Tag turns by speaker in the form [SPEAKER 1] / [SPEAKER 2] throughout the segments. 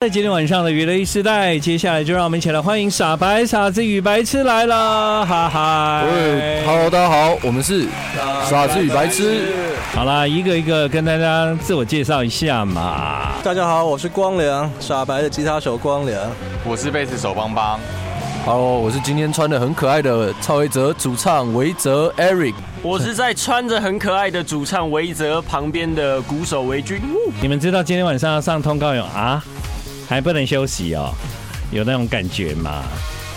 [SPEAKER 1] 在今天晚上的娱乐一时代，接下来就让我们一起来欢迎傻白傻子与白痴来了，哈哈！
[SPEAKER 2] 喂，Hello，大家哎好，我们是
[SPEAKER 3] 哎
[SPEAKER 2] 傻子与白痴。
[SPEAKER 1] 好啦，一个一个跟大家自我介绍一下嘛。
[SPEAKER 4] 大家好，我是光良，傻白的吉他手光良。
[SPEAKER 5] 我是贝斯手邦邦，
[SPEAKER 2] Hello，我是今天穿的很可爱的蔡维泽主唱维泽 Eric。
[SPEAKER 3] 我是在穿着很可爱的主唱维泽旁边的鼓手维军。
[SPEAKER 1] 你们知道今天晚上要上通告有啊，还不能休息哦，有那种感觉吗？
[SPEAKER 2] 哎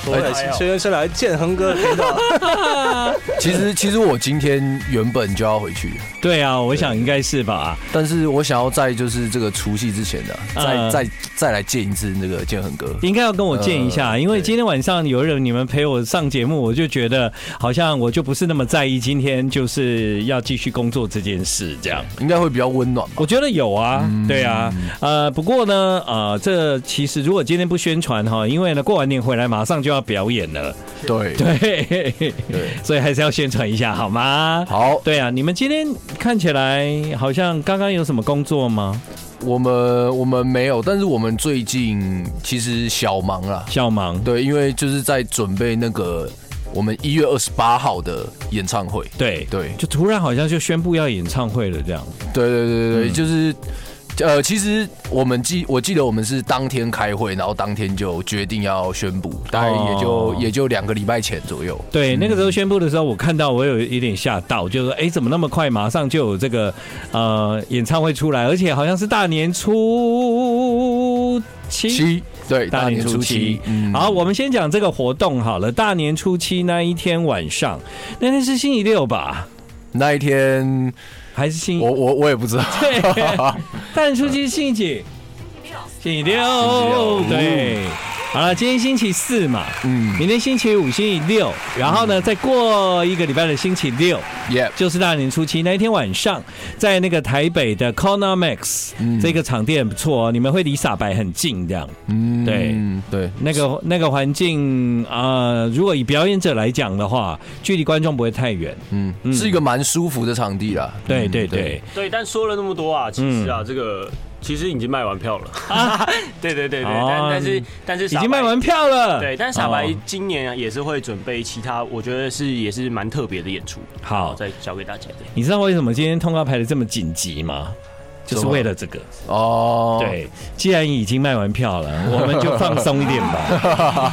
[SPEAKER 4] 我也是，先生来建恒哥的频道。
[SPEAKER 2] 其实，其实我今天原本就要回去，
[SPEAKER 1] 对啊，我想应该是吧。
[SPEAKER 2] 但是我想要在就是这个除夕之前的、
[SPEAKER 1] 嗯
[SPEAKER 2] 再再再来见一次那个建恒哥。
[SPEAKER 1] 应该要跟我见一下，
[SPEAKER 2] 呃
[SPEAKER 1] 因为
[SPEAKER 2] 对
[SPEAKER 1] 今天晚上有人你们陪我上节目，我就觉得好像我就不是那么在意今天就是要继续工作这件事这样。
[SPEAKER 2] 应该会比较温暖吧？
[SPEAKER 1] 我觉得有啊，对啊，呃，不过呢，呃，这其实如果今天不宣传哈，因为呢过完年回来马上就要表演了，
[SPEAKER 2] 对
[SPEAKER 1] 对，
[SPEAKER 2] 对，
[SPEAKER 1] 所以还是要宣传一下好吗？
[SPEAKER 2] 好，
[SPEAKER 1] 对啊，你们今天看起来好像刚刚有什么工作吗？
[SPEAKER 2] 我们我们没有，但是我们最近其实小忙啊啦。
[SPEAKER 1] 小忙，
[SPEAKER 2] 对，因为就是在准备那个我们一月二十八号的演唱会。
[SPEAKER 1] 对
[SPEAKER 2] 对
[SPEAKER 1] 就突然好像就宣布要演唱会了这样。
[SPEAKER 2] 对对对
[SPEAKER 1] 嗯
[SPEAKER 2] 对，对，就是呃，其实我们记我记得我们是当天开会，然后当天就决定要宣布，大概也就、
[SPEAKER 1] 哦
[SPEAKER 2] 也就两个礼拜前左右。
[SPEAKER 1] 对，那个时候宣布的时候，我看到我有一点吓到，就说：“哎，怎么那么快，马上就有这个呃演唱会出来，而且好像是大年初七。”
[SPEAKER 2] 七对
[SPEAKER 1] 大年初七，
[SPEAKER 2] 嗯
[SPEAKER 1] 好，我们先讲这个活动好了。大年初七那一天晚上，那天是星期六吧，
[SPEAKER 2] 那一天
[SPEAKER 1] 还是星？
[SPEAKER 2] 我我我也不知道，
[SPEAKER 1] 对，大年初七是星期几？星期六
[SPEAKER 2] 星期六，
[SPEAKER 1] 对。好了，今天星期四嘛，
[SPEAKER 2] 嗯
[SPEAKER 1] 明天星期五、星期六，然后呢，再过一个礼拜的星期六，
[SPEAKER 2] ，Yeah，
[SPEAKER 1] 就是大年初七那一天晚上，在那个台北的 Corner Max、
[SPEAKER 2] 嗯
[SPEAKER 1] 这个场地很不错哦，你们会离傻白很近这样。
[SPEAKER 2] 嗯
[SPEAKER 1] 对
[SPEAKER 2] 对，
[SPEAKER 1] 那个那个环境啊、呃如果以表演者来讲的话，距离观众不会太远。
[SPEAKER 2] 嗯
[SPEAKER 1] 嗯，
[SPEAKER 2] 是一个蛮舒服的场地啦。
[SPEAKER 1] 对
[SPEAKER 2] 嗯
[SPEAKER 1] 对对，
[SPEAKER 3] 对，但说了那么多啊，其实
[SPEAKER 1] 嗯
[SPEAKER 3] 啊，这个其实已经卖完票了。 对对对对，
[SPEAKER 1] 啊哦
[SPEAKER 3] 但但是但是
[SPEAKER 1] 已
[SPEAKER 3] 傻白
[SPEAKER 1] 经卖完。票了。
[SPEAKER 3] 对，但是傻白
[SPEAKER 1] 哦
[SPEAKER 3] 今年啊也是会准备其他，我觉得是也是蛮特别的演出。
[SPEAKER 1] 好
[SPEAKER 3] 再交给大家。对
[SPEAKER 1] 你知道为什么今天通告排的这么紧急吗？就是
[SPEAKER 2] 什么
[SPEAKER 1] 为了这个。
[SPEAKER 2] 哦，，
[SPEAKER 1] 对，既然已经卖完票 了，我们就放松一点吧。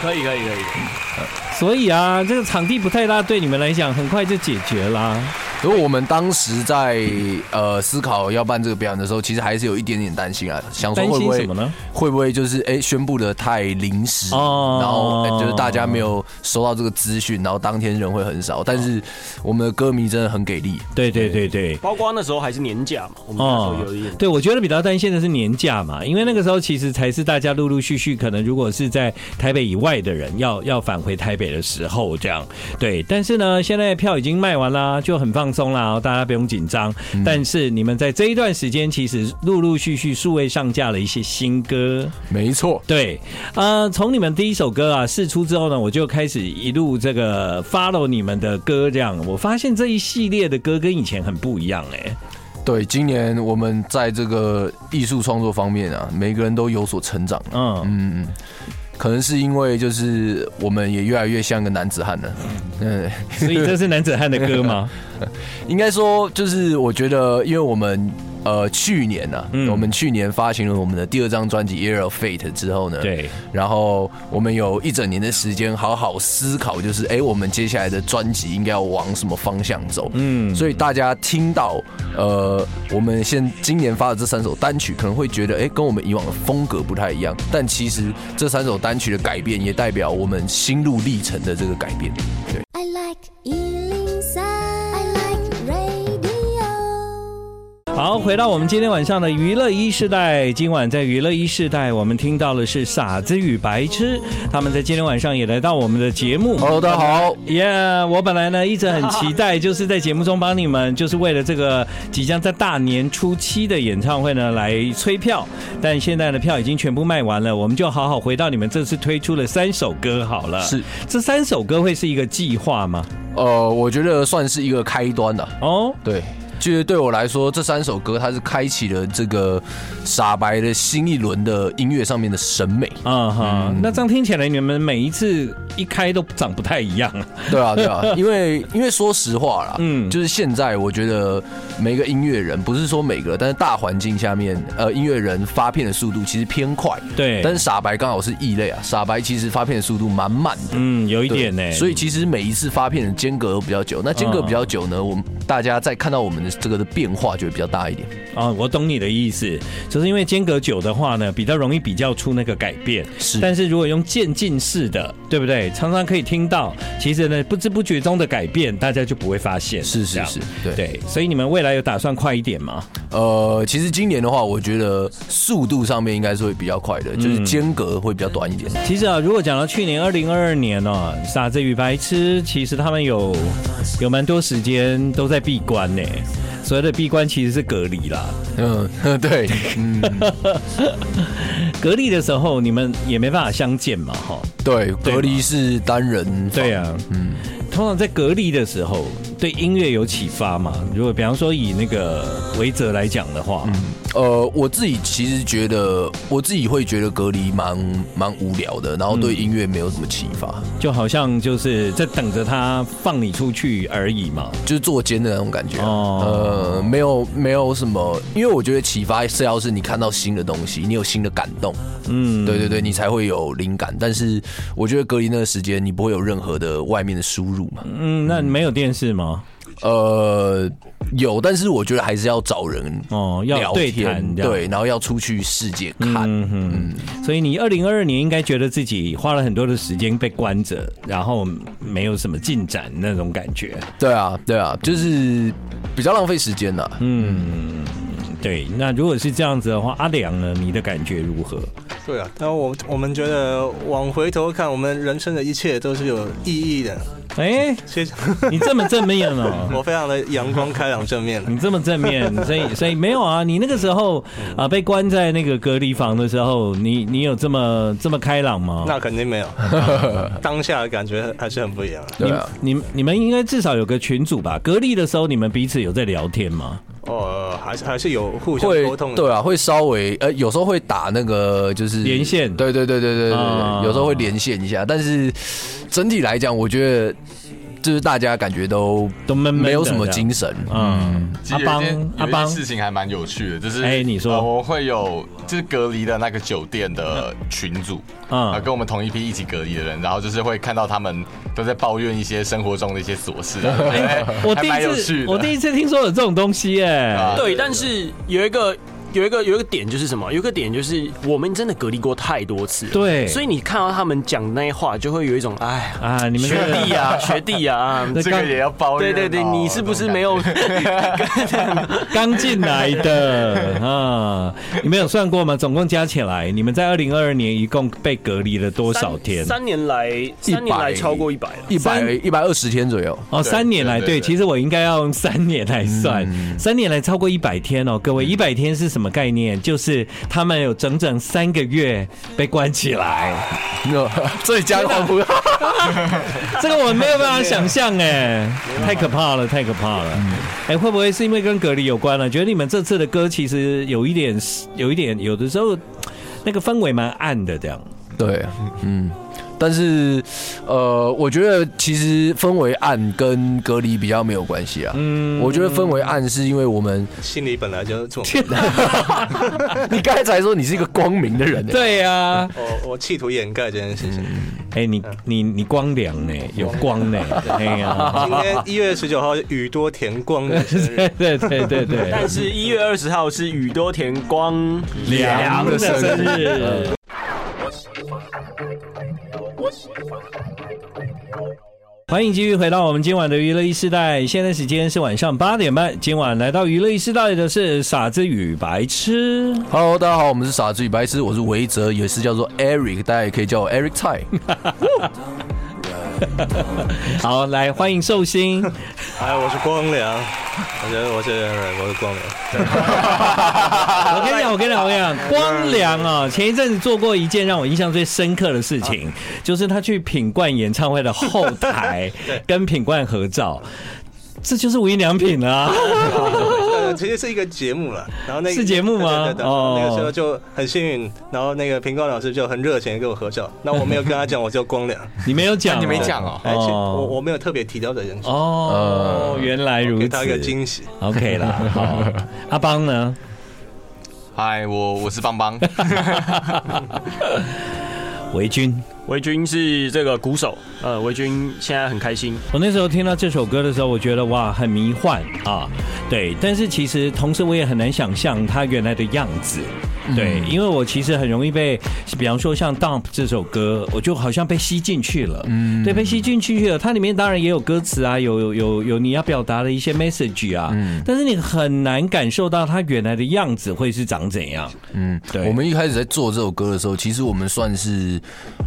[SPEAKER 3] 可以可以可以。
[SPEAKER 1] 所以啊，这个场地不太大，对你们来讲很快就解决啦。
[SPEAKER 2] 如果我们当时在呃思考要办这个表演的时候，其实还是有一点点担心啊，想说
[SPEAKER 1] 担
[SPEAKER 2] 会不
[SPEAKER 1] 心
[SPEAKER 2] 会
[SPEAKER 1] 什么呢？
[SPEAKER 2] 会不会就是哎、宣布的太临时，
[SPEAKER 1] 哦
[SPEAKER 2] 然后、哎就是大家没有收到这个资讯，然后当天人会很少。但是我们的歌迷真的很给力，
[SPEAKER 1] 对对对对。
[SPEAKER 3] 包括那时候还是年假嘛，我们那时候
[SPEAKER 1] 哦
[SPEAKER 3] 有一点。
[SPEAKER 1] 对，我觉得比较担心的是年假嘛，因为那个时候其实才是大家陆陆续续可能如果是在台北以外的人要要返回台北的时候，这样对。但是呢，现在票已经卖完啦，就很放松啦，大家不用紧张。但是你们在这一段时间，其实陆陆续续数位上架了一些新歌，
[SPEAKER 2] 没错，
[SPEAKER 1] 对，呃，从你们第一首歌啊试出之后呢，我就开始一路这个呃 follow 你们的歌，这样我发现这一系列的歌跟以前很不一样哎、
[SPEAKER 2] 对，今年我们在这个艺术创作方面啊，每个人都有所成长。
[SPEAKER 1] 嗯，
[SPEAKER 2] 嗯嗯，可能是因为就是我们也越来越像个男子汉了。嗯，
[SPEAKER 1] 所以这是男子汉的歌吗？
[SPEAKER 2] 应该说就是我觉得，因为我们。呃，去年呢、啊，
[SPEAKER 1] 嗯
[SPEAKER 2] 我们去年发行了我们的第二张专辑《Year of Fate》之后呢，
[SPEAKER 1] 对，
[SPEAKER 2] 然后我们有一整年的时间好好思考，就是哎，诶我们接下来的专辑应该要往什么方向走？
[SPEAKER 1] 嗯，
[SPEAKER 2] 所以大家听到呃，我们现今年发的这三首单曲，可能会觉得哎，诶跟我们以往的风格不太一样，但其实这三首单曲的改变，也代表我们心路历程的这个改变。对，
[SPEAKER 6] I like Ealing Sound. I like radio.
[SPEAKER 1] 好，回到我们今天晚上的娱乐一世代。今晚在娱乐一世代，我们听到的是傻子与白痴，他们在今天晚上也来到我们的节目。
[SPEAKER 2] Hello，大家好，
[SPEAKER 1] 耶我本来呢一直很期待，就是在节目中帮你们，就是为了这个即将在大年初七的演唱会呢来催票，但现在的票已经全部卖完了，我们就好好回到你们这次推出的三首歌好了。
[SPEAKER 2] 是，
[SPEAKER 1] 这三首歌会是一个计划吗？
[SPEAKER 2] 呃，我觉得算是一个开端了、
[SPEAKER 1] 哦，
[SPEAKER 2] 对，就是对我来说，这三首歌它是开启了这个傻白的新一轮的音乐上面的审美。
[SPEAKER 1] 啊哈，
[SPEAKER 2] 嗯
[SPEAKER 1] 那这样听起来你们每一次一开都长不太一样啊。
[SPEAKER 2] 对啊，对啊， 因为因为说实话啦，
[SPEAKER 1] 嗯
[SPEAKER 2] 嗯，就是现在我觉得每个音乐人，不是说每个，但是大环境下面，呃，音乐人发片的速度其实偏快，
[SPEAKER 1] 对
[SPEAKER 2] 但是傻白刚好是异类啊，傻白其实发片的速度蛮慢的。
[SPEAKER 1] 嗯，有一
[SPEAKER 2] 对
[SPEAKER 1] 点呢、
[SPEAKER 2] 所以其实每一次发片的间隔都比较久，那间隔比较久呢，我们大家在看到我们的这个的变化就会比较大一点。
[SPEAKER 1] 啊、我懂你的意思，就是因为间隔久的话呢，比较容易比较出那个改变。
[SPEAKER 2] 是
[SPEAKER 1] 但是如果用渐进式的，对不对？常常可以听到，其实呢，不知不觉中的改变，大家就不会发现。
[SPEAKER 2] 是是
[SPEAKER 1] 这样
[SPEAKER 2] 是对
[SPEAKER 1] 对。所以你们未来有打算快一点吗？
[SPEAKER 2] 呃，其实今年的话，我觉得速度上面应该是会比较快
[SPEAKER 1] 嗯
[SPEAKER 2] 的，就是间隔会比较短一点。
[SPEAKER 1] 其实啊，如果讲到去年二零二二年呢、哦，傻子与白痴，其实他们有有蛮多时间都在闭关呢。所谓的闭关其实是隔离啦，
[SPEAKER 2] 嗯， 呵对，嗯，
[SPEAKER 1] 隔离的时候你们也没办法相见嘛，哈。
[SPEAKER 2] 对，
[SPEAKER 1] 对
[SPEAKER 2] 隔离是单人房
[SPEAKER 1] 对啊，嗯，通常在隔离的时候，对音乐有启发嘛？如果比方说以那个维泽来讲的话，
[SPEAKER 2] 呃，我自己其实觉得，我自己会觉得隔离蛮蛮无聊的，然后对音乐没有什么启发，
[SPEAKER 1] 就好像就是在等着他放你出去而已嘛。
[SPEAKER 2] 就是作奸的那种感觉啊、
[SPEAKER 1] 哦
[SPEAKER 2] 呃，没有没有什么，因为我觉得启发是要是你看到新的东西，你有新的感动，
[SPEAKER 1] 嗯，
[SPEAKER 2] 对对对，你才会有灵感。但是我觉得隔离那个时间，你不会有任何的外面的输入嘛。
[SPEAKER 1] 嗯，那你没有电视吗？
[SPEAKER 2] 呃，有，但是我觉得还是要找人
[SPEAKER 1] 哦要
[SPEAKER 2] 聊
[SPEAKER 1] 对
[SPEAKER 2] 天
[SPEAKER 1] 谈这样
[SPEAKER 2] 对，然后要出去世界看。
[SPEAKER 1] 嗯哼，所以你二零二二年应该觉得自己花了很多的时间被关着，然后没有什么进展那种感觉。
[SPEAKER 2] 对啊，对啊，就是比较浪费时间呐。
[SPEAKER 1] 嗯对，那如果是这样子的话，阿良呢，你的感觉如何？
[SPEAKER 4] 对啊，但我我们觉得往回头看，我们人生的一切都是有意义的。
[SPEAKER 1] 哎、
[SPEAKER 4] 其实
[SPEAKER 1] 你这么正面哦、
[SPEAKER 4] 我非常的阳光、开朗、正 面的。
[SPEAKER 1] 你这么正面，所以所以没有啊？你那个时候
[SPEAKER 5] 嗯
[SPEAKER 1] 啊、被关在那个隔离房的时候，你你有这么这么开朗吗？
[SPEAKER 4] 那肯定 没有，当下的感觉还是很不一样。
[SPEAKER 2] 对啊，
[SPEAKER 1] 你们你们应该至少有个群组吧？隔离的时候，你们彼此有在聊天吗？
[SPEAKER 4] 哦，还是还是有互相沟通
[SPEAKER 2] 会
[SPEAKER 4] 的。
[SPEAKER 2] 对啊，会稍微呃，有时候会打那个就是
[SPEAKER 1] 连线
[SPEAKER 2] 对对对对对对
[SPEAKER 1] 啊
[SPEAKER 2] 对，有时候会连线一下，但是整体来讲，我觉得就是大家感觉都
[SPEAKER 1] 都闷闷的
[SPEAKER 2] 没有什么精神，
[SPEAKER 1] 嗯，
[SPEAKER 5] 其
[SPEAKER 1] 阿
[SPEAKER 5] 实有一
[SPEAKER 1] 邦阿
[SPEAKER 5] 件有一件
[SPEAKER 1] 邦，
[SPEAKER 5] 事情还蛮有趣的，就是
[SPEAKER 1] 哎你说
[SPEAKER 5] 呃我们会有就是隔离的那个酒店的群组，
[SPEAKER 1] 嗯
[SPEAKER 5] 啊、跟我们同一批一起隔离的人，然后就是会看到他们都在抱怨一些生活中的一些琐事，哎
[SPEAKER 1] 我
[SPEAKER 5] 还
[SPEAKER 1] 第
[SPEAKER 5] 蛮有
[SPEAKER 1] 一次
[SPEAKER 5] 趣的。
[SPEAKER 1] 我第一次听说有这种东西哎、
[SPEAKER 5] 啊
[SPEAKER 3] 对，但是有一个有一个有一个点就是什么？有一个点就是我们真的隔离过太多次了，
[SPEAKER 1] 对
[SPEAKER 3] 所以你看到他们讲那些话，就会有一种哎，
[SPEAKER 1] 啊，你们这
[SPEAKER 3] 学弟
[SPEAKER 1] 个
[SPEAKER 3] 啊，学弟啊，
[SPEAKER 1] 这
[SPEAKER 5] 这个也要抱
[SPEAKER 3] 对
[SPEAKER 5] 怨哦，
[SPEAKER 3] 对对，你是不是没有？
[SPEAKER 1] 刚进来 的啊，你们有算过吗？总共加起来，你们在二零二二年一共被隔离了多少天？
[SPEAKER 3] 三年来，三年来超过一百了。
[SPEAKER 2] 一百一百二十天左右。
[SPEAKER 1] 哦，
[SPEAKER 5] 对
[SPEAKER 1] 三年来，
[SPEAKER 5] 对
[SPEAKER 1] 对，
[SPEAKER 5] 对对
[SPEAKER 1] 其实我应该要用 三年来算，三年来超过一百天哦，各位，一百天是什么概念？就是他们有整整三个月被关起来，
[SPEAKER 2] 这里加个欢呼，
[SPEAKER 1] 这个我没有办法想象哎，太可怕了，太可怕了。哎，会不会是因为跟隔离有关呢？觉得你们这次的歌其实有一点，有一点，有的时候那个氛围蛮暗的，这样。
[SPEAKER 2] 对，嗯。但是，呃，我觉得其实氛围暗跟隔离比较没有关系啊。嗯，我觉得氛围暗是因为我们，
[SPEAKER 4] 心里本来就是 这种。
[SPEAKER 2] 你刚才说你是一个光明的人、欸，
[SPEAKER 1] 对呀、
[SPEAKER 4] 哦我我企图掩盖这件事情。
[SPEAKER 1] 哎、你你你光良呢？有光呢？哎呀、
[SPEAKER 4] 今天一月十九号是宇多田光 的生日，
[SPEAKER 1] 对对对对，
[SPEAKER 3] 但是，一月二十号是宇多田光
[SPEAKER 1] 良的生日。欢迎继续回到我们今晚的娱乐一时代，现在时间是晚上八点半。今晚来到娱乐一时代的是傻子与白痴。
[SPEAKER 2] Hello，大家好，我们是傻子与白痴，我是维泽，也是叫做 Eric，大家也可以叫我 Eric Tai。
[SPEAKER 1] 好，来欢迎寿星。
[SPEAKER 4] 哎，我是光良，我觉得我是我是光良。
[SPEAKER 1] 我跟你讲，我跟你讲，我跟你讲，光良啊，前一阵子做过一件让我印象最深刻的事情，就是他去品冠演唱会的后台跟品冠合照。这就是无印良品啊！
[SPEAKER 4] 呃，其实是一个节目了，然后那个
[SPEAKER 1] 是节目吗
[SPEAKER 4] 对对对对
[SPEAKER 1] 哦
[SPEAKER 4] 那个时候就很幸运，然后那个平光老师就很热情地跟我合照，那我没有跟他讲，我就光良，
[SPEAKER 1] 你没有讲、
[SPEAKER 5] 啊你没讲哦
[SPEAKER 4] 而且我我没有特别提到这件事，
[SPEAKER 1] 哦，原来如
[SPEAKER 4] 给
[SPEAKER 1] 此，
[SPEAKER 4] 他一个惊喜。
[SPEAKER 1] OK 啦，好，阿邦呢？
[SPEAKER 5] 嗨，我我是邦邦，
[SPEAKER 1] 维军，
[SPEAKER 3] 维军是这个鼓手，呃，维军现在很开心，
[SPEAKER 1] 我那时候听到这首歌的时候，我觉得哇，很迷幻啊，对。但是其实同时我也很难想象他原来的样子，对，因为我其实很容易被，比方说像《Dump》这首歌，我就好像被吸进去了，嗯，对，被吸进去了。它里面当然也有歌词啊，有有有有你要表达的一些 message 啊，但是你很难感受到他原来的样子会是长怎样，嗯，对，
[SPEAKER 2] 我们一开始在做这首歌的时候，其实我们算是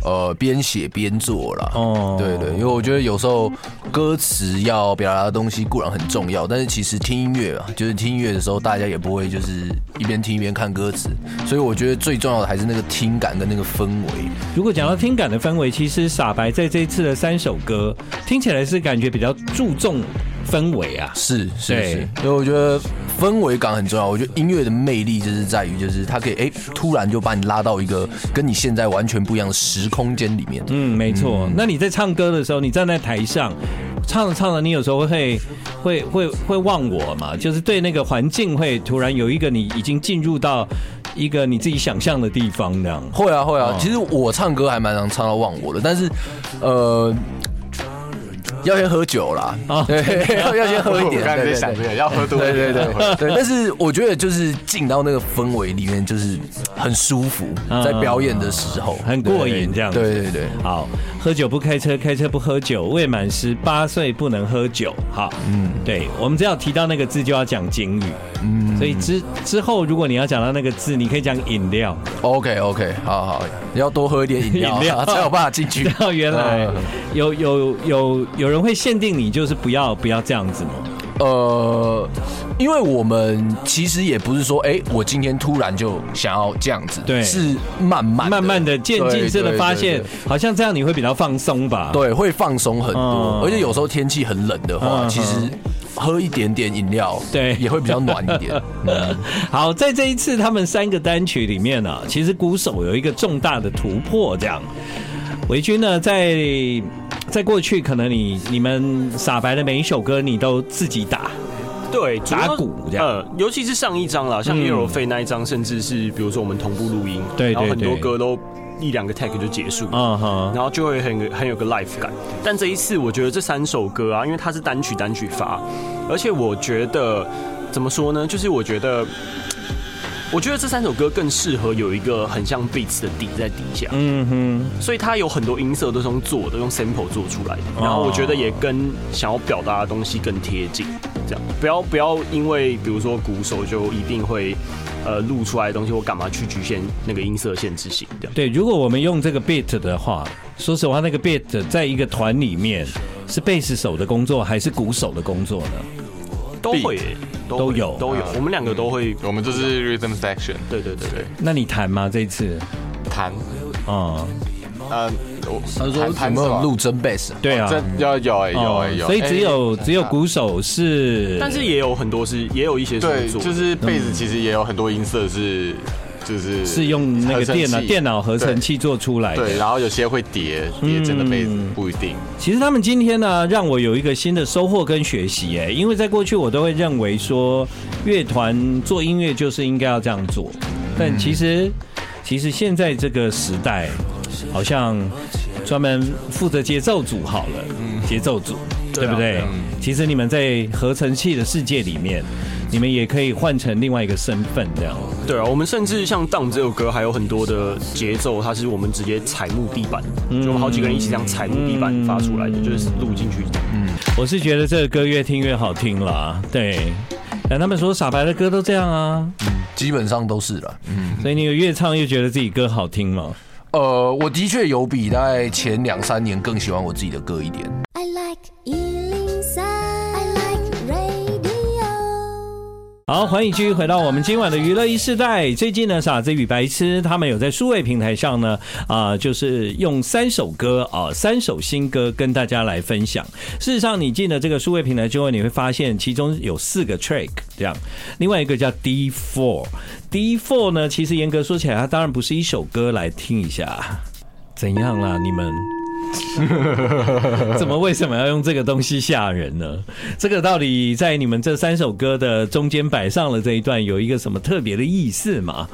[SPEAKER 2] 呃边写边做啦。
[SPEAKER 1] 哦
[SPEAKER 2] 哦，对对，因为我觉得有时候歌词要表达的东西固然很重要，但是其实听音乐啊，就是听音乐的时候，大家也不会就是一边听一边看歌词，所以我觉得最重要的还是那个听感跟那个氛围。
[SPEAKER 1] 如果讲到听感的氛围，其实傻白在这一次的三首歌听起来是感觉比较注重氛围啊。
[SPEAKER 2] 是是
[SPEAKER 1] 对
[SPEAKER 2] 是，所以我觉得氛围感很重要。我觉得音乐的魅力就是在于，就是它可以哎、突然就把你拉到一个跟你现在完全不一样的时空间里面。
[SPEAKER 1] 嗯，没错。那你在唱歌的时候，你站在台上唱着唱着，你有时候会会会会忘我嘛，就是对那个环境会突然有一个你已经进入到一个你自己想象的地方那样。
[SPEAKER 2] 会啊会
[SPEAKER 1] 哦
[SPEAKER 2] 啊，其实我唱歌还蛮常唱到忘我的，但是呃。要先喝酒啦，
[SPEAKER 1] 哦
[SPEAKER 2] 对， 要要先喝一
[SPEAKER 5] 我
[SPEAKER 2] 点，
[SPEAKER 5] 刚才
[SPEAKER 2] 对
[SPEAKER 5] 在
[SPEAKER 2] 对
[SPEAKER 5] 想
[SPEAKER 2] 对
[SPEAKER 5] 这个要喝多一
[SPEAKER 2] 对
[SPEAKER 5] 点，
[SPEAKER 2] 对
[SPEAKER 5] 待会儿
[SPEAKER 2] 对对，但是我觉得就是进到那个氛围里面，就是很舒服，在表演的时候
[SPEAKER 1] 嗯很过瘾这样子
[SPEAKER 2] 对对对，
[SPEAKER 1] 好，喝酒不开车，开车不喝酒，未满十八岁不能喝酒。好，嗯，对，我们只要提到那个字就要讲警语，嗯，所以之之后如果你要讲到那个字，你可以讲饮料。
[SPEAKER 2] OK OK，好好，要多喝一点饮料，
[SPEAKER 1] 饮料
[SPEAKER 2] 才有办法 进去。
[SPEAKER 1] 到原来
[SPEAKER 2] 嗯
[SPEAKER 1] 有有有有人会限定你，就是不要不要这样子嘛。
[SPEAKER 2] 呃，因为我们其实也不是说，哎、我今天突然就想要这样子，
[SPEAKER 1] 对
[SPEAKER 2] 是慢慢
[SPEAKER 1] 慢慢的渐进式的发
[SPEAKER 2] 啊对
[SPEAKER 1] 现
[SPEAKER 2] 对对，
[SPEAKER 1] 好像这样你会比较放松吧？
[SPEAKER 2] 对，会放松很多
[SPEAKER 1] 嗯，
[SPEAKER 2] 而且有时候天气很冷的
[SPEAKER 1] 嗯
[SPEAKER 2] 话，
[SPEAKER 1] 嗯
[SPEAKER 2] 其实喝一点点饮料，
[SPEAKER 1] 对
[SPEAKER 2] 也会比较暖一 点。嗯
[SPEAKER 1] 好，在这一次他们三个单曲里面呢、啊，其实鼓手有一个重大的突破，这样。维军呢，在在过去可能你你们傻白的每一首歌你都自己打，
[SPEAKER 3] 对，主
[SPEAKER 1] 打
[SPEAKER 3] 要
[SPEAKER 1] 鼓这样
[SPEAKER 3] 呃，尤其是上一张啦，像
[SPEAKER 1] 嗯
[SPEAKER 3] 《月柔费》那一张，甚至是比如说我们同步录音，
[SPEAKER 1] 对对
[SPEAKER 3] 然后很多
[SPEAKER 1] 对
[SPEAKER 3] 歌都一两个 tag 就结束，
[SPEAKER 1] 嗯哼，
[SPEAKER 3] 然后就会很有很有个 life 感。但这一次，我觉得这三首歌啊，因为它是单曲单曲发，而且我觉得怎么说呢，就是我觉得。我觉得这三首歌更适合有一个很像 beats 的底在底下，
[SPEAKER 1] 嗯哼，
[SPEAKER 3] 所以它有很多音色都是用做的，用 sample 做出来的。
[SPEAKER 1] 哦
[SPEAKER 3] 然后我觉得也跟想要表达的东西更贴近，这样不要不要因为比如说鼓手就一定会呃录出来的东西或干嘛去局限那个音色限制性，这样
[SPEAKER 1] 对，如果我们用这个 beat 的话，说实话，那个 beat 在一个团里面是贝斯手的工作还是鼓手的工作呢？
[SPEAKER 3] 都会
[SPEAKER 5] Beat
[SPEAKER 3] 都
[SPEAKER 1] 都
[SPEAKER 3] 会
[SPEAKER 1] 有嗯
[SPEAKER 3] 都有，我们两个都会。
[SPEAKER 5] 我们就是 rhythm section，
[SPEAKER 3] 对对对对，
[SPEAKER 1] 那你弹吗？这一次？
[SPEAKER 5] 弹，
[SPEAKER 1] 哦、
[SPEAKER 5] 嗯，我
[SPEAKER 2] 他说
[SPEAKER 5] 弹
[SPEAKER 2] 有
[SPEAKER 5] 弹
[SPEAKER 2] 没
[SPEAKER 5] 什
[SPEAKER 2] 有
[SPEAKER 5] 么
[SPEAKER 2] 录真贝斯？
[SPEAKER 1] 对啊，
[SPEAKER 5] 这要有哎有哎有，
[SPEAKER 1] 哦所以只有、
[SPEAKER 5] 哎
[SPEAKER 1] 只有鼓手是，
[SPEAKER 3] 但是也有很多是也有一些是
[SPEAKER 5] 对，
[SPEAKER 3] 做，
[SPEAKER 5] 就是贝斯其实也有很多音色是就是
[SPEAKER 1] 嗯是用那个电脑
[SPEAKER 5] 合成器
[SPEAKER 1] 电脑合成器做出来的。嗯
[SPEAKER 5] 对，然后有些会叠叠真的贝斯不一定，
[SPEAKER 1] 其实他们今天呢，让我有一个新的收获跟学习哎，因为在过去我都会认为说，乐团做音乐就是应该要这样做，但其实、其实现在这个时代，好像专门负责节奏组好了，节奏组嗯对不对？啊其实你们在合成器的世界里面，你们也可以换成另外一个身份这样。
[SPEAKER 3] 对啊，我们甚至像《Down》这首歌，还有很多的节奏，它是我们直接踩木地板，
[SPEAKER 5] 嗯
[SPEAKER 3] 就我们好几个人一起这样踩木地板发出来的，就是录进去。
[SPEAKER 1] 我是觉得这个歌越听越好听啦，对。但他们说傻白的歌都这样啊，
[SPEAKER 2] 基本上都是嗯了。
[SPEAKER 1] 所以你有越唱越觉得自己歌好听吗？
[SPEAKER 2] 呃，我的确有比在前两三年更喜欢我自己的歌一点。
[SPEAKER 6] I like Ealing Sound. I like radio.
[SPEAKER 1] 好，欢迎继续回到我们今晚的娱乐一世代。最近呢，傻子与白痴他们有在数位平台上呢，啊、就是用三首歌啊、三首新歌跟大家来分享。事实上，你进了这个数位平台之后，你会发现其中有四个 track 这样，另外一个叫 D four。D four 呢，其实严格说起来，它当然不是一首歌，来听一下。怎样啦，你们？怎么为什么要用这个东西吓人呢？这个到底在你们这三首歌的中间摆上了这一段，有一个什么特别的意思吗？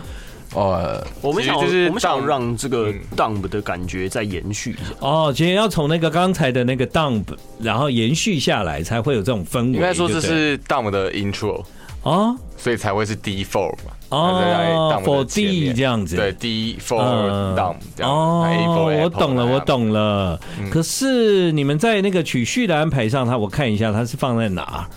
[SPEAKER 2] 呃，
[SPEAKER 3] 我们想
[SPEAKER 5] 其实就是
[SPEAKER 3] 我们想
[SPEAKER 5] dump，
[SPEAKER 3] 让这个 dump 的感觉再延续一下。
[SPEAKER 1] 哦，其实要从那个刚才的那个 dump，然后延续下来，才会有这种氛围。
[SPEAKER 5] 应该说这
[SPEAKER 1] 对不对
[SPEAKER 5] 是 Dom 的 intro，
[SPEAKER 1] 哦
[SPEAKER 5] 所以才会是 D four 嘛。
[SPEAKER 1] 哦
[SPEAKER 5] 它在 Dom 的
[SPEAKER 1] for
[SPEAKER 5] 前面
[SPEAKER 1] D 这样子
[SPEAKER 5] 对 D
[SPEAKER 1] 嗯
[SPEAKER 5] four Dom 这样。A for
[SPEAKER 1] 哦，我
[SPEAKER 5] apple 嗯
[SPEAKER 1] 懂了，
[SPEAKER 5] 那样
[SPEAKER 1] 我。懂了。可是你们在那个曲序的安排上，它我看一下，它是放在哪？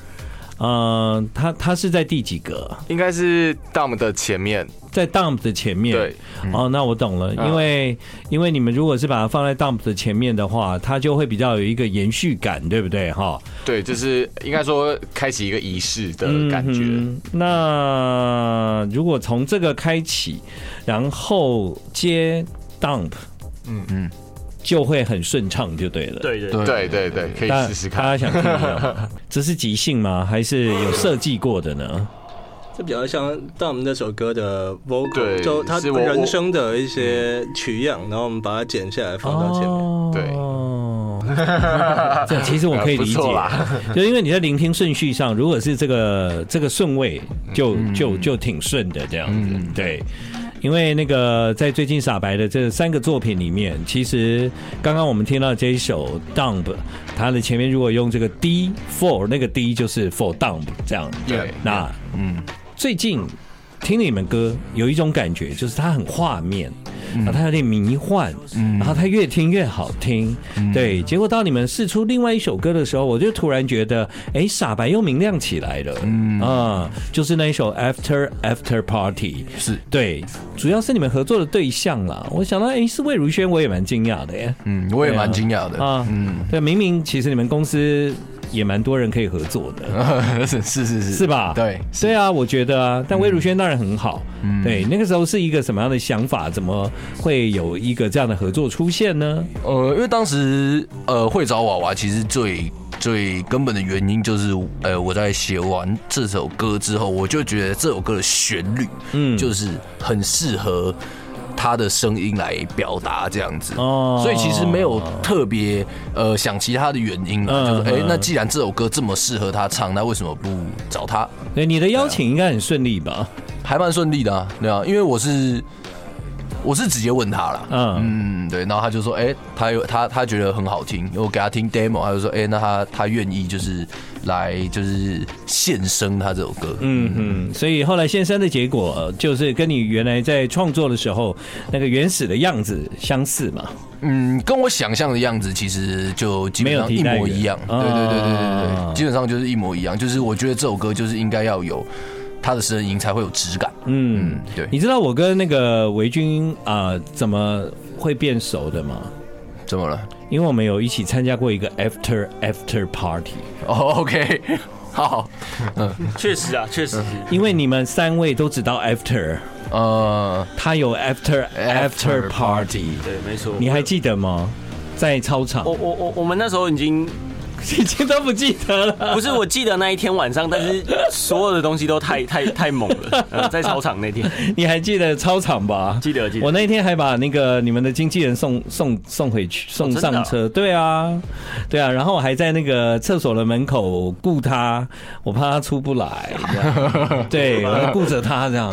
[SPEAKER 1] 嗯，它它是在第几个？
[SPEAKER 5] 应该是 Dom 的前面，
[SPEAKER 1] 在 dump 的前面。
[SPEAKER 5] 对，
[SPEAKER 1] 哦，那我懂了，
[SPEAKER 5] 嗯
[SPEAKER 1] 因为、因为你们如果是把它放在 dump 的前面的话，它就会比较有一个延续感，对不对？哈，
[SPEAKER 5] 对，就是应该说开启一个仪式的感觉。
[SPEAKER 1] 嗯哼那如果从这个开启，然后接 dump，嗯
[SPEAKER 5] 嗯
[SPEAKER 1] 嗯，就会很顺畅，就对了。。
[SPEAKER 3] 对对
[SPEAKER 2] 对
[SPEAKER 5] 对对对，可以
[SPEAKER 1] 大
[SPEAKER 5] 试试
[SPEAKER 1] 大
[SPEAKER 5] 看。
[SPEAKER 1] 家想听没有？ 这是即兴吗？还是有设计过的呢？
[SPEAKER 4] 这比较像 Dom 那首歌的 vocal，
[SPEAKER 5] 对
[SPEAKER 4] 就他
[SPEAKER 5] 是我
[SPEAKER 4] 人声的一些取样，然后我们把它剪下来放到前面。
[SPEAKER 5] 对
[SPEAKER 1] 哦， 这样其实我可以理
[SPEAKER 5] 呃不
[SPEAKER 1] 解
[SPEAKER 5] 错啦，
[SPEAKER 1] 就因为你在聆听顺序上，如果是这个这个顺位，就就就挺顺的这样子，对。因为那个在最近傻白的这三个作品里面，其实刚刚我们听到这一首 Dump，它的前面如果用这个 D for 那个 D 就是 for Dump 这样，
[SPEAKER 5] 对，
[SPEAKER 1] 那嗯，最近听你们歌有一种感觉，就是它很画面，然后它有点迷幻，然后它越听越好听。对，结果到你们试出另外一首歌的时候，我就突然觉得，哎，傻白又明亮起来了。嗯啊，就是那一首 After After Party。
[SPEAKER 2] 是
[SPEAKER 1] 对，主要是你们合作的对象啦。我想到，哎，是魏如萱，我也蛮惊讶的耶。
[SPEAKER 2] 嗯，我也蛮惊讶的
[SPEAKER 1] 啊，嗯，对，明明其实你们公司也蛮多人可以合作的。
[SPEAKER 2] 是是是是
[SPEAKER 1] 是吧？
[SPEAKER 2] 对，
[SPEAKER 1] 对啊，我觉得啊，但魏如萱当然很好。对，那个时候是一个什么样的想法？怎么会有一个这样的合作出现呢？
[SPEAKER 2] 呃，因为当时呃会找娃娃，其实最呃最根本的原因就是，呃，我在写完这首歌之后，我就觉得这首歌的旋律，嗯，就是很适合他的声音来表达这样子。
[SPEAKER 1] 哦
[SPEAKER 2] 哦，所以其实没有特别呃想其他的原因啦，
[SPEAKER 1] 嗯
[SPEAKER 2] 就是哎、
[SPEAKER 1] 嗯
[SPEAKER 2] 那既然这首歌这么适合他唱，那为什么不找他？
[SPEAKER 1] 对，你的邀请应该很顺利吧？
[SPEAKER 2] 还蛮顺利的啊，对啊，因为我是我是直接问他了，
[SPEAKER 1] 嗯，
[SPEAKER 2] 嗯，对，然后他就说，哎、他有他他觉得很好听，我给他听 demo，他就说，哎、那他他愿意就是来就是献声他这首歌，
[SPEAKER 1] 嗯嗯，所以后来先生的结果呃就是跟你原来在创作的时候那个原始的样子相似嘛，
[SPEAKER 2] 嗯，跟我想象的样子其实就基本上
[SPEAKER 1] 没有
[SPEAKER 2] 一
[SPEAKER 1] 替代
[SPEAKER 2] 模一样，对
[SPEAKER 1] 原
[SPEAKER 2] 对对对对对
[SPEAKER 1] 啊
[SPEAKER 2] 对，基本上就是一模一样，就是我觉得这首歌就是应该要有他的声音才会有质感，
[SPEAKER 1] 嗯
[SPEAKER 2] 嗯，，对，
[SPEAKER 1] 你知道我跟那个维军啊、怎么会变熟的吗？
[SPEAKER 2] 怎么了？
[SPEAKER 1] 因为我们有一起参加过一个 after after party，
[SPEAKER 2] 哦、o k 好，
[SPEAKER 3] 确实啊，确实是。
[SPEAKER 1] 因为你们三位都只到 after，
[SPEAKER 2] 呃，
[SPEAKER 1] 他有 after after
[SPEAKER 2] After
[SPEAKER 1] party，哦
[SPEAKER 3] 对，没错。
[SPEAKER 1] 你还记得吗？在操场
[SPEAKER 3] 我，我我我们那时候已 经
[SPEAKER 1] 已经都不记得了。
[SPEAKER 3] 不是我记得那一天晚上，但是所有的东西都太太太猛了。呃在操场那天，
[SPEAKER 1] 你还记得操场吧？
[SPEAKER 3] 记得记得
[SPEAKER 1] 我那天还把那个你们的经纪人送送送回去，送
[SPEAKER 3] 真的啊
[SPEAKER 1] 上车。对啊，对啊，然后我还在那个厕所的门口顾他，我怕他出不来。这样 对，我还顾着他这样。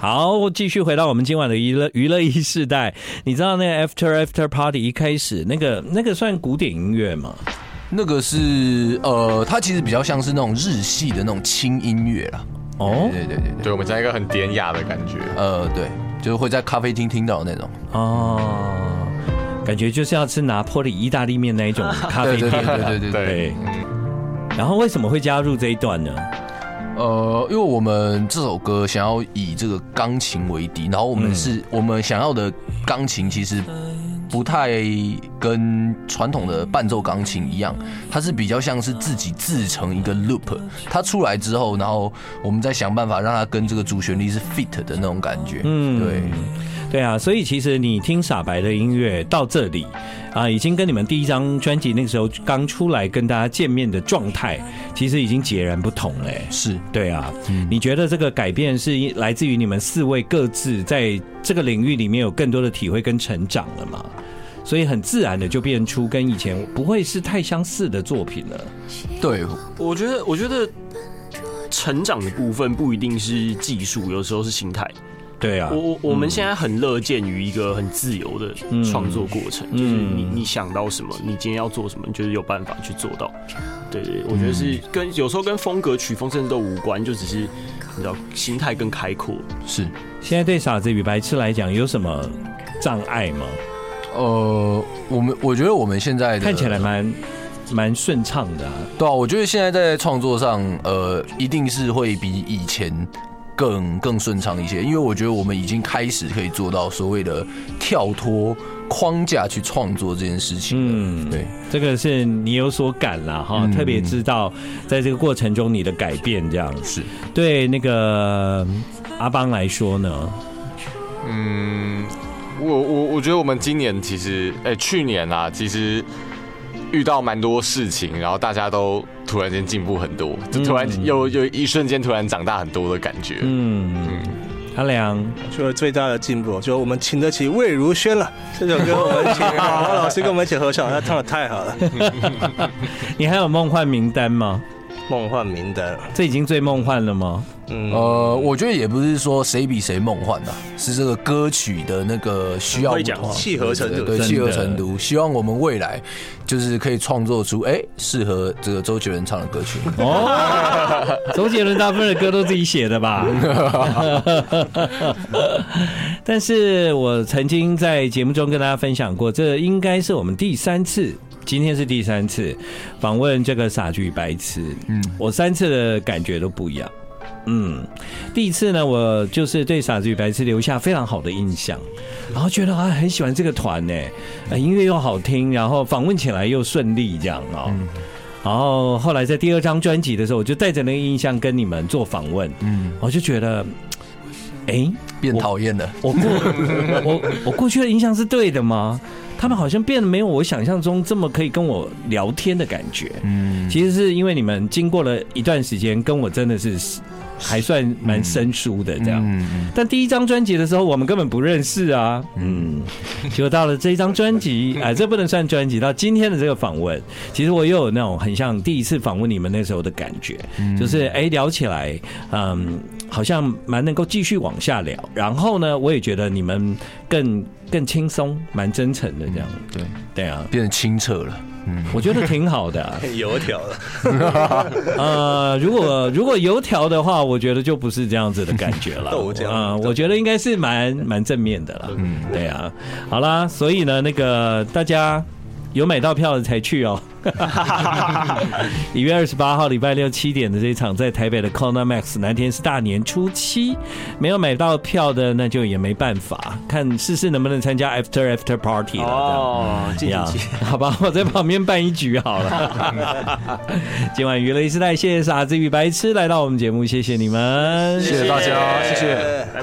[SPEAKER 1] 好，继续回到我们今晚的娱乐娱乐一世代。你知道那个 After After Party 一开始那个那个算古典音乐吗？
[SPEAKER 2] 那个是呃，它其实比较像是那种日系的那种轻音乐啦。
[SPEAKER 1] 哦
[SPEAKER 2] 对对对对，
[SPEAKER 5] 对，我们讲一个很典雅的感觉。
[SPEAKER 2] 呃，对，就是会在咖啡厅听到的那种。
[SPEAKER 1] 哦，感觉就是要吃拿坡里意大利面那一种咖啡
[SPEAKER 2] 对
[SPEAKER 1] 店
[SPEAKER 2] 对对
[SPEAKER 1] 的。
[SPEAKER 2] 对对对对。
[SPEAKER 1] 对然后为什么会加入这一段呢？
[SPEAKER 2] 呃，因为我们这首歌
[SPEAKER 1] 嗯
[SPEAKER 2] 想要以这个钢琴为底，然后我们是、我们想要的钢琴其实不太跟传统的伴奏钢琴一样，它是比较像是自己制成一个 loop，它出来之后，然后我们再想办法让它跟这个主旋律是 fit 的那种感觉。嗯，对。
[SPEAKER 1] 对啊，所以其实你听傻白的音乐到这里啊，已经跟你们第一张专辑那个时候刚出来跟大家见面的状态，其实已经截然不同嘞、
[SPEAKER 2] 是，
[SPEAKER 1] 对啊，
[SPEAKER 3] 嗯
[SPEAKER 1] 你觉得这个改变是来自于你们四位各自在这个领域里面有更多的体会跟成长了吗？所以很自然的就变出跟以前不会是太相似的作品了。
[SPEAKER 2] 对，
[SPEAKER 3] 我觉得，我觉得成长的部分不一定是技术，有时候是心态。
[SPEAKER 1] 对啊
[SPEAKER 3] 我，我我们现在很乐见于一个很自由的创作过程，就是你你想到什么，你今天要做什么，你就是有办法去做到。对对，对我觉得是跟有时候跟风格、曲风甚至都无关，就只是你知道心态更开阔。
[SPEAKER 2] 是。
[SPEAKER 1] 现在对傻子与白痴来讲有什么障碍吗？
[SPEAKER 2] 呃，我们我觉得我们现在的
[SPEAKER 1] 看起来蛮蛮顺畅的、啊，
[SPEAKER 2] 对啊，我觉得现在在创作上，呃，一定是会比以前更更顺畅一些，因为我觉得我们已经开始可以做到所谓的跳脱框架去创作这件事情了。
[SPEAKER 1] 嗯，
[SPEAKER 2] 对，
[SPEAKER 1] 这个是你有所感啦，哈，
[SPEAKER 2] 嗯
[SPEAKER 1] 特别知道在这个过程中你的改变，这样
[SPEAKER 2] 是
[SPEAKER 1] 对那个嗯阿邦来说呢，
[SPEAKER 5] 嗯，我我我觉得我们今年其实，哎、去年啦，其实遇到蛮多事情，然后大家都突然间进步很多，就突然有有一瞬间突然长大很多的感觉。
[SPEAKER 1] 嗯，阿良，
[SPEAKER 4] 除了最大的进步，就是我们请得起魏如萱了。这首 歌我们请好好老师跟我们一起合唱，他唱的太好了，《
[SPEAKER 1] 你还有梦幻名单吗？
[SPEAKER 4] 梦幻名单》。
[SPEAKER 1] 这已经最梦幻了吗？
[SPEAKER 4] 嗯，
[SPEAKER 2] 呃，我觉得也不是说谁比谁梦幻啊，是这个歌曲的那个需要
[SPEAKER 3] 很会讲
[SPEAKER 2] 不同
[SPEAKER 4] 契合程度
[SPEAKER 2] 对
[SPEAKER 1] 真的
[SPEAKER 2] 契合程度。希望我们未来就是可以创作出哎适合这个周杰伦唱的歌 曲。
[SPEAKER 1] 哦，周杰伦大部分的歌都自己写的吧？但是我曾经在节目中跟大家分享过，这应该是我们第三次。今天是第三次访问这个傻剧白痴，嗯，我三次的感觉都不一样，嗯，第一次呢，我就是对傻子与白痴留下非常好的印象，然后觉得啊很喜欢这个团呢、呃音乐又好听，然后访问起来又顺利这样哦、然后后来在第二张专辑的时候，我就带着那个印象跟你们做访问，嗯，我就觉得，哎、
[SPEAKER 2] 变讨厌了，
[SPEAKER 1] 我过我我过去的印象是对的吗？他们好像变得没有我想象中这么可以跟我聊天的感觉。嗯，其实是因为你们经过了一段时间，跟我真的是还算蛮生疏的这样。但第一张专辑的时候，我们根本不认识啊。嗯，结果到了这一张专辑，哎、这不能算专辑。到今天的这个访问，其实我又有那种很像第一次访问你们那时候的感觉，就是哎、聊起来，嗯，好像蛮能够继续往下聊。然后呢，我也觉得你们更更轻松，蛮真诚的这样。
[SPEAKER 2] 对，
[SPEAKER 1] 对啊，
[SPEAKER 2] 变得清澈了。
[SPEAKER 1] 我觉得挺好的、啊。
[SPEAKER 4] 很油条了。
[SPEAKER 1] 呃，如果如果油条的话，我觉得就不是这样子的感觉了。
[SPEAKER 4] 豆浆
[SPEAKER 1] 啊、 我觉得应该是蛮蛮正面的啦。嗯，对啊，好啦，所以呢，那个大家有买到票的才去 哦。一月二十八号礼拜六七点的这一场在台北的 Corner Max 南天是大年初七，没有买到票的那就也没办法，看试试能不能参加 After After Party 了。这样
[SPEAKER 3] 哦，进
[SPEAKER 1] 呀
[SPEAKER 3] 进进。，
[SPEAKER 1] 好吧，我在旁边办一局好了。 今晚娱乐一时代，谢谢傻子与白痴来到我们节目，谢谢你们，
[SPEAKER 2] 谢谢大家，谢谢。